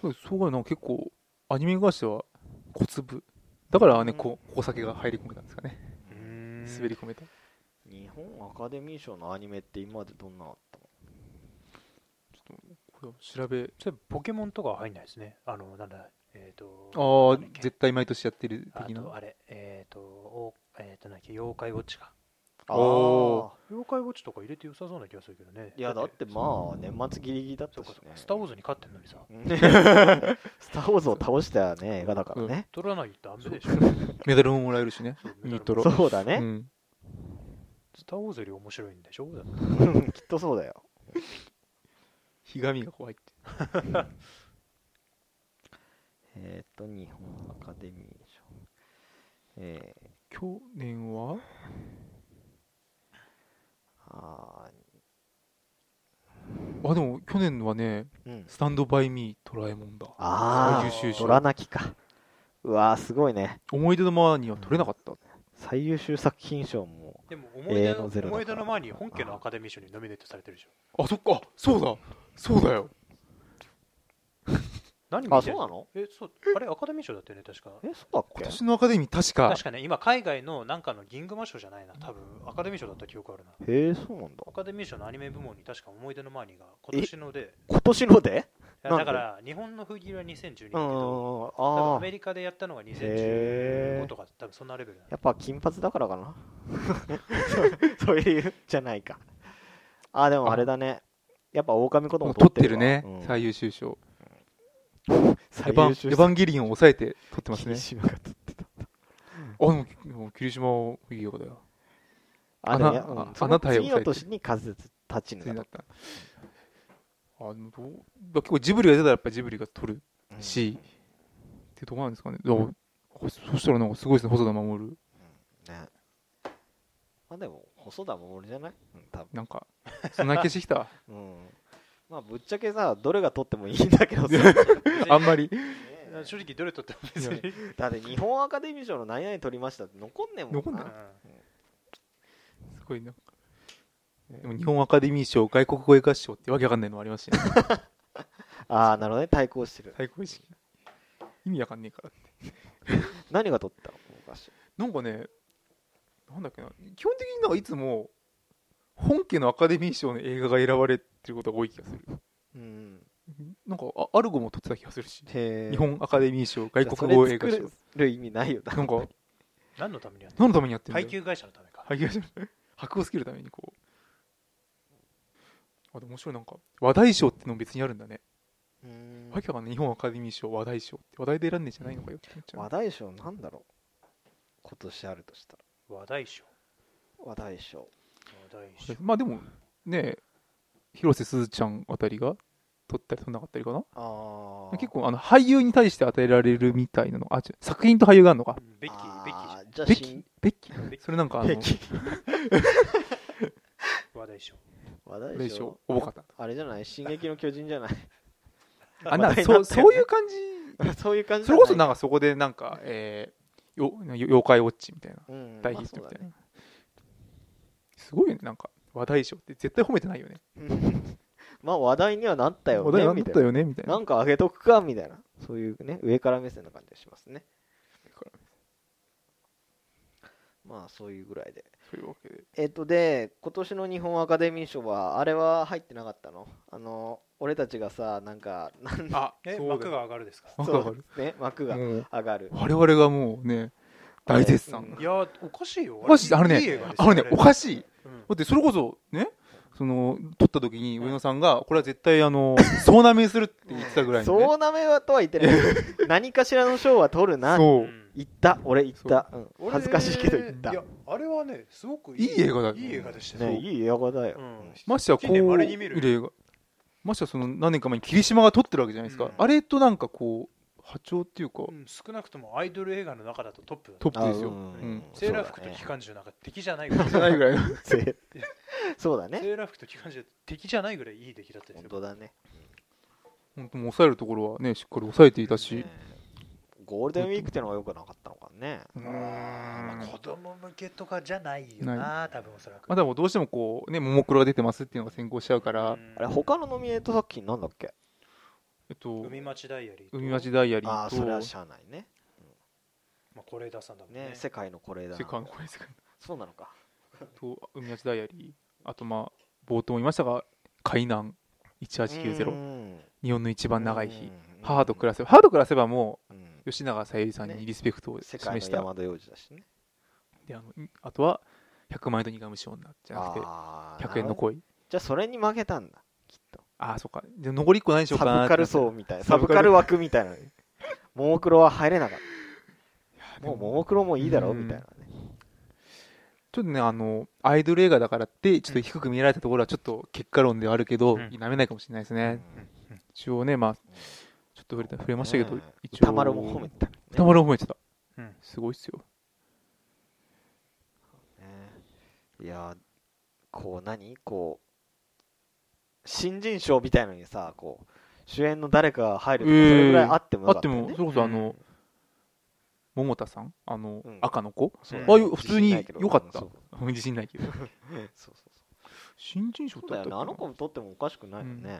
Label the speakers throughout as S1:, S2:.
S1: そうそうかな結構アニメに関しては小粒だからね、
S2: うん
S1: こうお酒が入り込めたんですかね
S2: うん
S1: 滑り込めた
S2: 日本アカデミー賞のアニメって今までどんなのあったの
S1: これを調べ
S3: それポケモンとかは入んないですね。あの、なんだ、えっ、と、
S1: ああ
S3: なんだっけ
S1: 絶対毎年やってる
S3: あ
S1: 的な
S3: とあれ、えっ、と、おえっ、と、なんだっけ、妖怪ウォッチか。
S1: お
S3: 妖怪ウォッチとか入れて良さそうな気がするけどね。
S2: いやだってまあ年末ギリギリだっ
S3: そ
S2: た
S3: う
S2: し
S3: かそう
S2: ね
S3: か、スター・ウォーズに勝ってんのにさ、
S2: うん スター・ウォーズを倒したね映画だからね、
S3: 取らないとダメでしょ。
S1: メダルももらえるしね
S3: そう
S1: ニトロうん
S2: そうだ
S1: う
S2: ね、
S1: ん
S3: スター・ウォーズより面白いんでしょだって
S2: きっとそうだよ
S1: ひがみが怖いって
S2: えっと日本アカデミー賞えー、
S1: 去年は
S2: あ
S1: あでも去年はね
S2: ーうん
S1: 「スタンドバイミードラえもんだ」
S2: あ
S1: 最優秀
S2: ー
S1: 賞
S2: ドラ泣きかうわーすごいね
S1: 思い出の間には取れなかった、
S2: 最優秀作品賞も
S3: でも思い出
S2: 永遠のゼロだから
S3: 思い出の前に本家のアカデミー賞にノミネートされてるでしょ。
S1: あそっかそうだそうだよ
S3: 何見て
S2: あ
S3: ん
S2: そうなの
S3: え、そう、あれアカデミー賞だったよね、確か。
S2: えそうだっけ
S1: 今年のアカデミー確か
S3: 確かね、今海外のなんかの銀熊賞じゃないな、多分アカデミー賞だった記憶あるな。
S2: へえそうなんだ
S3: アカデミー賞のアニメ部門に確か思い出のマーニーが今年ので、
S2: 今年ので
S3: いや
S2: なんで
S3: だから日本の封切りは2012年け
S2: うんうんうん
S3: ど、多分
S2: あ
S3: ア
S2: あ
S3: メリカでやったのが
S2: へ
S3: 2015
S2: ー
S3: とか、多分そんなレベルだね
S2: やっぱ金髪だからかな そうそういう理由じゃないかあーでもあれだねやっぱ狼子供
S1: 取
S2: 取
S1: っ
S2: ってて
S1: る
S2: る
S1: ね、
S2: わうん
S1: 最優秀賞エ
S2: 最
S1: ヴァン
S2: 優秀
S1: エヴァンゲリオンを抑えて取ってますね
S2: 桐島が取ってた
S1: あでもでも霧島いいよだよ
S2: あでもや
S1: あな
S2: うん
S1: あ
S2: そ
S1: あな
S2: の
S1: たへ
S2: 次の
S1: 抑えて
S2: 年に風立ちぬ
S1: つい
S2: だ
S1: だっ
S2: と
S1: たあでもどうだ結構ジブリが出たらやっぱジブリが取る
S2: うん
S1: し、っていうとこなんですかねだからあそしたらなんかすごいですね細田守
S2: ねまあでも細田守じゃないうん多分
S1: なんかそんな気してきた
S2: うんまあぶっちゃけさどれが取ってもいいんだけどさ
S1: あんまり
S3: いや正直どれ取っても別に。
S2: だって日本アカデミー賞の何々取りましたって残んねえもん
S1: 残んね
S3: うん
S1: すごいなんかでも日本アカデミー賞外国語映画賞ってわけわかんないのもありますし、 ね、
S2: ああなるほどね対抗してる
S1: 最高意識意味わかんねえから
S2: 何が取ったの昔
S1: なんかね、なんだっけな、基本的になんかいつも、本家のアカデミー賞の映画が選ばれてることが多い気がする。
S2: うん
S1: なんか、あアルゴも撮ってた気がするし、
S2: へえ
S1: 日本アカデミー賞、外国語映画
S2: じゃあそれ
S1: 賞。
S2: 作る意味ないよな
S1: なんか、
S3: 何のためにやった
S1: 何のためにやってるんだ
S3: 配
S1: よ。
S3: 給会社のためか。
S1: 配給じゃない箔をつけるためにこう。あ、でも面白い、なんか、話題賞ってのも別にあるんだね。
S2: うん
S1: わけわかんない、日本アカデミー賞、話題賞って、話題で選んでんじゃないのかよって思っちゃう
S2: 話題賞なんだろう今年あるとしたら
S3: 話題賞。
S2: 話題賞
S3: 話題賞。
S1: まあでも、ねえ、広瀬すずちゃんあたりが撮ったり、撮んなかったりかな。
S2: あ
S1: 結構あの俳優に対して与えられるみたいなのあ違う作品と俳優があるのか
S3: ベッキー、ベッキーじゃん
S2: じゃあ
S1: ベッ
S2: 新
S1: キベッキそれなんかあ
S2: ベ
S1: の
S2: ッキ
S3: 話題賞。
S2: 話
S1: あれ
S2: 題
S1: でしょ
S2: 賞
S1: 多かった
S2: あれじゃない進撃の巨人じ ゃない
S1: あな
S2: 話題になった
S1: そ
S2: よ
S1: うそう
S2: ね
S1: いう感
S2: そういう感
S1: じ
S2: じ
S1: それこそなん
S2: か
S1: かそこでなんかえーよ妖怪ウォッチみたいな
S2: うん
S1: 大ヒットみたいなすごいよねなんか話題賞って絶対褒めてないよね
S2: まあそうだねまあ話題にはなったよ
S1: 話
S2: ね
S1: 題に
S2: み
S1: な
S2: た
S1: っ
S2: い
S1: た
S2: な
S1: よねみたい
S2: な
S1: なん
S2: かあげとくかみたいなそういうね上から目線な感じがしますねまあそういうぐらいで
S1: そういうわけで
S2: えっとで今年の日本アカデミー賞はあれは入ってなかったのあの俺たちがさなんかなん
S1: あ
S3: え、
S1: そうだ
S3: 幕
S1: よ
S3: が上がるですか。
S1: 幕が上がる
S2: そうね幕が
S1: もう
S2: 上がる
S1: 我々がもうね大絶賛
S2: うん
S3: いやー、おかしいよ。
S1: おかしいあれね
S3: いい映画ですよ
S1: あれねおかしい
S3: うん
S1: だってそれこそねその撮った時に上野さんがこれは絶対あの 総なめにするって言ってたぐらいの、ね、
S2: そうなめはとは言って ない何かしらの賞は取るな
S1: そううん
S2: 言った俺言った、うん
S3: 俺
S2: 恥ずかしいけど言った
S3: いやあれはねすごく
S1: いい映画だね
S3: いい映画でしたよ
S2: ねいい映画だよ、
S3: うん
S1: ましてはこう
S3: 近年稀に見る
S1: いい映画ましてはその何年か前に霧島が撮ってるわけじゃないですか、
S3: うん
S1: あれとなんかこう波長っていうか、
S3: うん少なくともアイドル映画の中だとトップだ
S1: ト
S3: と
S1: ップですよ、
S2: あ
S1: う
S2: うんん
S3: セーラー服と機関銃なんか敵じゃないぐらい
S1: じゃないぐらいの
S2: せそうだね
S3: セーラー服と機関銃敵じゃないぐらいいい出来だったです
S2: 本
S3: よ
S2: 当だね
S1: 本当もう抑えるところはねしっかり抑えていたし、
S2: ねゴールデンウィークってのが良くなかったのかね
S1: うーん
S3: まあ子供向けとかじゃないよ
S1: な
S3: な多分おそらく
S1: まあでもどうしてもこうねももクロが出てますっていうのが先行しちゃうから、
S3: うん
S2: あれ他のノミネート作品なんだっけ
S1: えっと
S3: 海町ダイアリーと
S1: 海町ダイアリ
S2: あ
S1: ー
S2: あそれは
S1: と
S2: しゃあないね
S3: まあ、これ出さんだもんね
S2: ね世界のこれだ
S1: 世界のこれ世界
S2: そうなのか
S1: のと海町ダイアリーあとまあ冒頭も言いましたが海南1890日本の一番長い日母と暮らせば母と暮らせばも
S2: らうん
S1: う吉永小百合さん
S2: ね
S1: にリスペクトを
S2: 世
S1: 示
S2: 界
S1: し
S2: の
S1: た、
S2: 山田洋次だしね
S1: であのんあとは100万円と苦虫女じゃなくて
S2: あー
S1: 100円の
S2: なるほど
S1: 恋
S2: じゃあそれに負けたんだきっ
S1: ああそっかじゃあ残り1個何にし
S2: と
S1: よう
S2: サ
S1: かなっ
S2: ブ
S1: て
S2: カル層みたいなサ
S1: サ
S2: ブ
S1: ブ
S2: カ
S1: カル
S2: ル枠みたいなのにももクロは入れなかっ
S1: いや
S2: た
S1: で
S2: もう
S1: も
S2: ももクロもいいだろう
S1: うん
S2: みたいなね
S1: ちょっとねあのアイドル映画だからってちょっと低く見られたところはちょっと結果論ではあるけど、
S3: うん
S1: 否めないかもしれないですね、
S2: うん
S1: 一応ねまあちょっと触れた触れましたけど、
S2: ねえ
S1: 一応
S2: 歌丸も褒めてたね
S1: 歌丸も褒めてた、
S3: うん
S1: すごいっすよ
S2: ねいやこう何こう新人賞みたいのにさこう主演の誰かが入るとかそ
S1: ええ
S2: れぐらいあっても
S1: あ
S2: よか
S1: っ
S2: ってたよ
S1: も
S2: ね
S1: それこそあの、桃田さんあの、
S2: うん
S1: 赤の子
S2: そう
S3: ああ
S1: いう普通に良かった
S2: そう
S1: 自信ないけど
S2: そうそう
S1: 新人賞
S2: そう
S1: 取
S2: だ
S1: っ
S2: よ
S1: た
S2: ね
S1: かな
S2: あの子も取ってもおかしくないよね、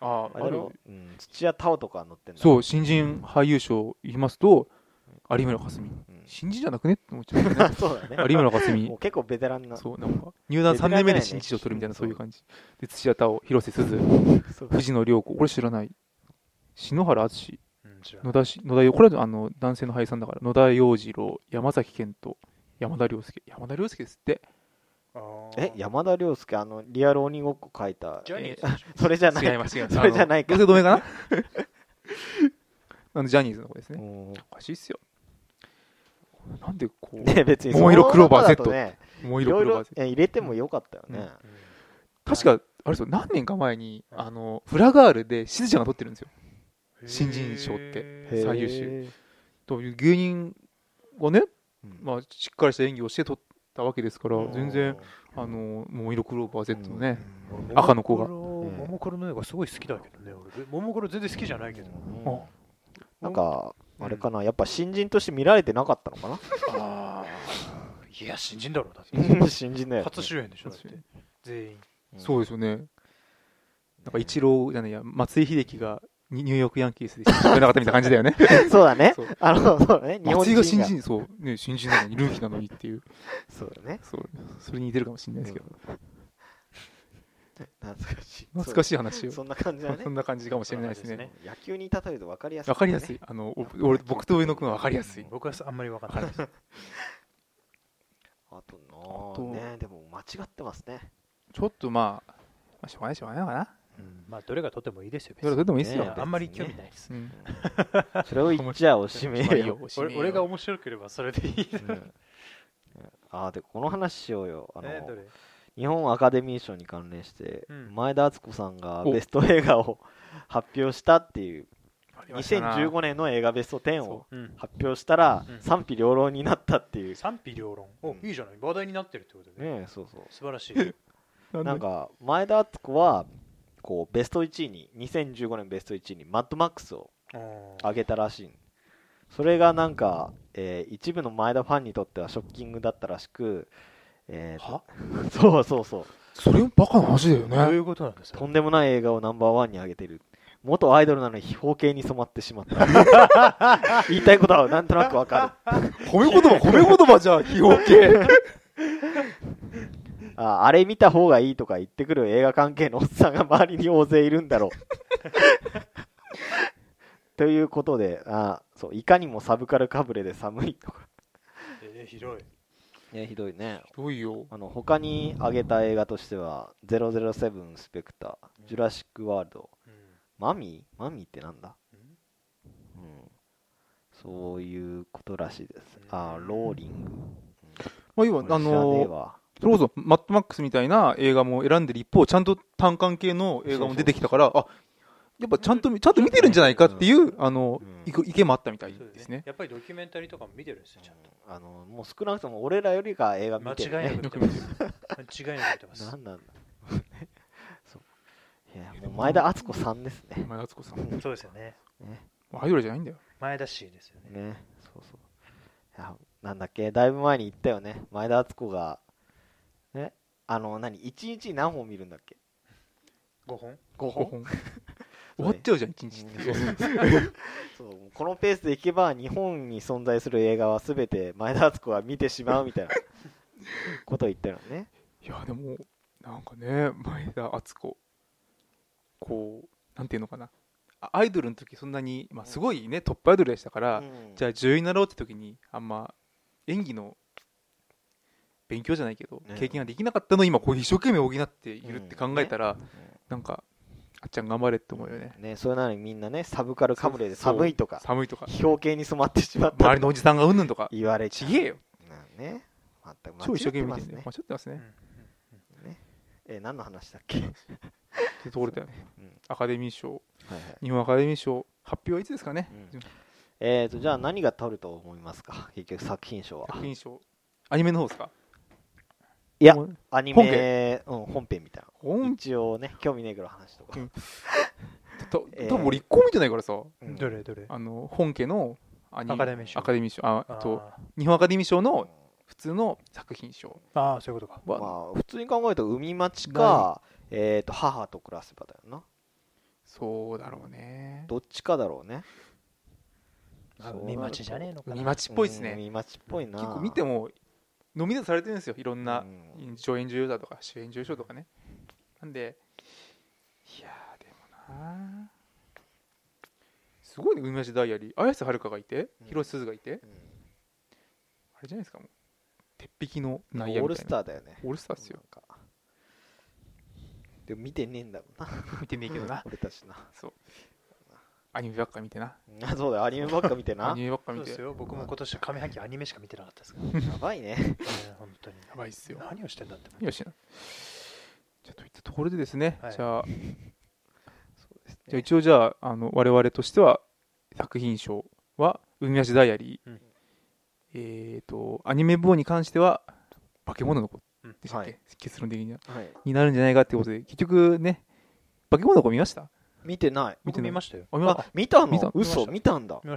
S1: あ
S2: あ
S1: あ
S2: れ
S1: あ
S2: だ
S1: る
S2: ろうん、土屋太鳳とか乗ってんだ、
S1: そうう新人俳優賞言いますと有村架純
S2: うん
S1: 新人じゃなくねって思っちゃうよ ね
S2: そうだね
S1: 有村架
S2: もう
S1: 純
S2: 結構ベテランな
S1: そうなんか入団3年目で新人賞取るみたいなそういう感じで土屋太鳳広瀬すず
S2: そう
S1: 藤野涼子これ知らない篠原敦
S3: うん違う
S1: 野田し野田洋これはあの男性の俳優さんだから野田洋次郎山崎賢人山田涼介山田涼介ですって
S3: あー
S2: え山田涼介あのリアル鬼ごっこ書いた
S3: ジャニーズでしょ
S2: それじゃない
S1: 違います違います
S2: それじゃないか
S1: あの同姓 同名かななんでジャニーズの子ですね
S2: うん
S1: おかしいっすよなんでこう
S2: ね別に
S1: 桃色クローバー Z
S2: その中だとね
S1: もう
S2: い
S1: 色
S2: ろい
S1: 黒
S2: ろ
S1: バ
S2: え入れてもよかったよね、
S1: うん
S3: うん
S1: 確かあれですよ何年か前に
S3: うん
S1: あのフラガールでしずちゃんが撮ってるんですよ新人賞って
S3: へ
S2: へー
S1: 最優秀という芸人がね、
S2: うん
S1: まあ、しっかりした演技をして撮ったわけですから
S3: うん
S1: 全然あのもう色黒バー Z のね、
S3: ー
S1: 赤の子が
S3: モモクロ
S2: うん
S3: モモクロの映画すごい好きだけどね俺モモクロ全然好きじゃないけど
S2: うん
S1: あ
S2: なんかあれかなやっぱ新人として見られてなかったのか
S3: あーいや新人だろうだって
S2: な 新人だよね
S3: 初主演でしょだって
S1: 初主演
S3: 全員
S1: そうですよねなんかイチローじゃないや松井秀喜がニニューヨークヤンキースで知らなかったみたいな感じだよね
S2: そうだね
S1: そう
S2: あのそうだね日本
S1: 松井
S2: 人が
S1: が新人そう、ね、新人なのにルーキーなのにっていう
S2: そうだね
S1: そうそれに似てるかもしれないですけど、
S2: 懐かしい
S1: 懐か
S2: し
S1: しい話
S2: い
S1: を
S2: そんな感じだ ね
S1: そんな感じかもしれないです
S3: そんな感じです
S1: ね
S3: ね
S2: 野球に例えると分かりやすい
S1: わかりやす
S2: ね
S1: い。あの、お俺、僕と上野くんはわかりやすい。
S3: 僕はさあんまり分かんないです
S2: あと
S1: あ
S2: な
S1: と
S2: あねでも間違ってますね
S1: ちょっとまあ、まあ、しょうがない、しょうがないのかな。
S3: うんまあどれがとってもいいですよ別
S1: ど
S3: に
S1: れでもいいっす
S2: ね
S1: よ。
S2: え
S3: あんまり興味ないです
S1: うん。
S2: それを言っちゃおしめ
S1: まあいい
S2: よ
S1: よ、おしめ
S3: 俺
S1: よ
S3: 俺が面白ければそれでいい
S2: うんうんあーでこの話しようよあの
S3: えどれ
S2: 日本アカデミー賞に関連して、
S3: うん
S2: 前田敦子さんが
S1: お
S2: ベスト映画を発表したっていう
S1: ありましたな
S2: 2015年の映画ベスト10を
S3: うん
S2: 発表したら
S3: うん
S2: 賛否両論になったっていう、
S3: 賛否両論おいいじゃない話題になってるってことで
S2: ねえそうそ
S3: 素晴らしい
S1: な
S2: うんなん
S1: か、
S2: か前田敦子はこうベスト1位に2015年ベスト1位にマッドマックスを
S3: あ
S2: 上げたらしいそれがなんか、えー一部の前田ファンにとってはショッキングだったらしく、えー
S3: は
S2: そうそうそう
S1: それもバカな話だよ
S3: どうい
S1: ね。
S3: うことなんですか
S2: とんでもない映画をナンバーワンに上げてる元アイドルなのに法形に染まってしまった 言いたいことはなんとなくわか
S1: 褒め言葉、褒め言葉じゃん、非表系。
S2: るああれ見た方がいいとか言ってくる映画関係のおっさんが周りに大勢いるんだ ろうということであそういかにもサブカルかぶれで寒いとか
S3: えーひどい
S2: ねひどいね
S1: どういよ。
S2: あの他に挙げた映画としては「007スペクター」「ジュラシック・ワールド」
S3: うん
S2: 「マミー」「マミー」ってなんだ
S3: うん
S2: うんそういうことらしいです
S3: うん。
S2: あーローリング。
S1: まあ、要は、あの、それこそ、マッドマックスみたいな映画も選んでる一方、ちゃんと単関系の映画も出てきたから、あ、やっぱちゃんと見、ちゃんと見てるんじゃないかっていう、あの、
S2: うん
S1: いく意見もあったみたい
S3: そう
S1: で
S3: ですすね
S1: ね。
S3: やっぱりドキュメンタリーとかも見てるんですよちゃんと
S2: あのもう少なくとも俺らよりか映画
S3: 間
S2: 見てる、ね、
S3: 違いなく見てます間違いなく見てます
S2: 何なんだ そういやもう前田敦子さんですね
S1: 前田敦子さん。
S3: そうですよね
S2: ね
S1: アイドルじゃないん だよ。
S3: 前田氏ですよね
S2: ねそうそういやなんだっけだいぶ前に言ったよね前田敦子がねあの何一日に何本見るんだっけ
S3: 5本
S2: 5
S1: 5
S2: 本
S1: 本。終わっちゃうじゃん一 日っていう
S2: そうもうこのペースでいけば日本に存在する映画は全て前田敦子が見てしまう みたいなことを言ってるのね
S1: いやでもなんかね前田敦子こうなんていうのかなあアイドルの時そんなに、まあ、すごいねトップアイドルでしたから、
S2: うん
S1: じゃあ女優になろうって時にあんま演技の勉強じゃないけど、
S2: ね
S1: 経験ができなかったのを今こう一生懸命補っているって考えたら、
S2: う
S1: なんかあっちゃん頑張れって思うよね
S2: んねそれなのにみんなねサブカルカムレで寒いとか
S1: 寒いとか
S2: 表敬に染まってしまった
S1: 周りのおじさんがうんぬんとか
S2: 言われ
S1: ち
S2: ち
S1: げえよ
S2: なんね全く間違
S1: 超一生懸命
S2: ま
S1: 見
S2: す
S1: てるね間
S2: ね
S1: 違ってます
S3: う
S1: ね
S3: ん
S2: え何の話だっけ、うん
S1: ってところだよねアカデミー賞
S2: はいはい
S1: 日本アカデミー賞発表はいつですかね、
S2: うんえー、とじゃあ何が取ると思いますか結局作品賞は
S1: 作品賞アニメの方ですか
S2: いや
S1: もう
S2: アニメ本編,、うん、本編みたいな
S1: 本
S2: 一応ね興味ねえけど話とか、
S1: うん当
S2: えー
S1: 多分俺一個も見てないからさ
S2: うん
S3: どれどれ
S1: あの本家のアニ
S3: アカデミー賞
S1: アカデミー賞あえ
S3: あ
S1: っ
S3: ー
S1: と日本アカデミー賞
S2: うん
S1: の普通の作品賞
S3: あーそういうことか
S1: は、
S2: まあ普通に考えると海町か、えー、と母と暮らせばだよな
S1: そうだろうね
S2: どっちかだろうね
S3: あ
S2: そう
S3: 海町じゃねえのか
S1: 海
S3: な
S1: 町っぽいです
S2: うん
S1: ね
S2: 海町っぽいな
S1: 結構見てもノミネートされてるんですよいろんな
S2: うん
S1: 助演女優だとか主演女優賞とかねなんでいやーでもなーすごいね海町ダイアリー綾瀬はるかがいて
S2: うん
S1: 広瀬すずがいて、
S2: うん
S1: あれじゃないですかもう鉄壁の
S2: オ
S1: 内野
S2: ー
S1: み
S2: ル
S1: たい
S2: ス
S1: な
S2: ターだよね
S1: オールスターっすよ
S2: なんかでも見てねえんだろうな
S1: 見てねえけどな
S2: 俺たちな
S1: そうアニメばっか見てな
S2: あそうだよアニメばっか見て
S1: ア
S2: な
S1: ニメばっか
S3: そ
S1: 見
S3: う
S1: て
S3: です
S1: や
S3: よ僕も今年上半期アニメしか見てなかったですから、
S2: やばいね
S3: ね本当に
S1: ばいっすよ
S3: 何をしてんだって思う
S1: よしなじゃあといったところでですね、
S3: はい
S1: じゃあ
S2: そうですね
S1: じゃあ一応じゃああの我々としては作品賞は「海足ダイアリー」
S3: うん
S1: えっ、とアニメ部に関しては「化け物の子」
S3: うん
S1: でしたっけ、
S2: は
S1: 結論的には
S2: はい、
S1: になるんじゃないかってことで結局ね「化け物の子」見ました
S2: 見てない
S1: 見て
S3: 僕
S1: ない
S3: 見ましたよ
S1: あ見ま
S2: あ見たの
S1: 見た
S2: 嘘
S3: 見ました
S2: 見たんだ
S3: 見ま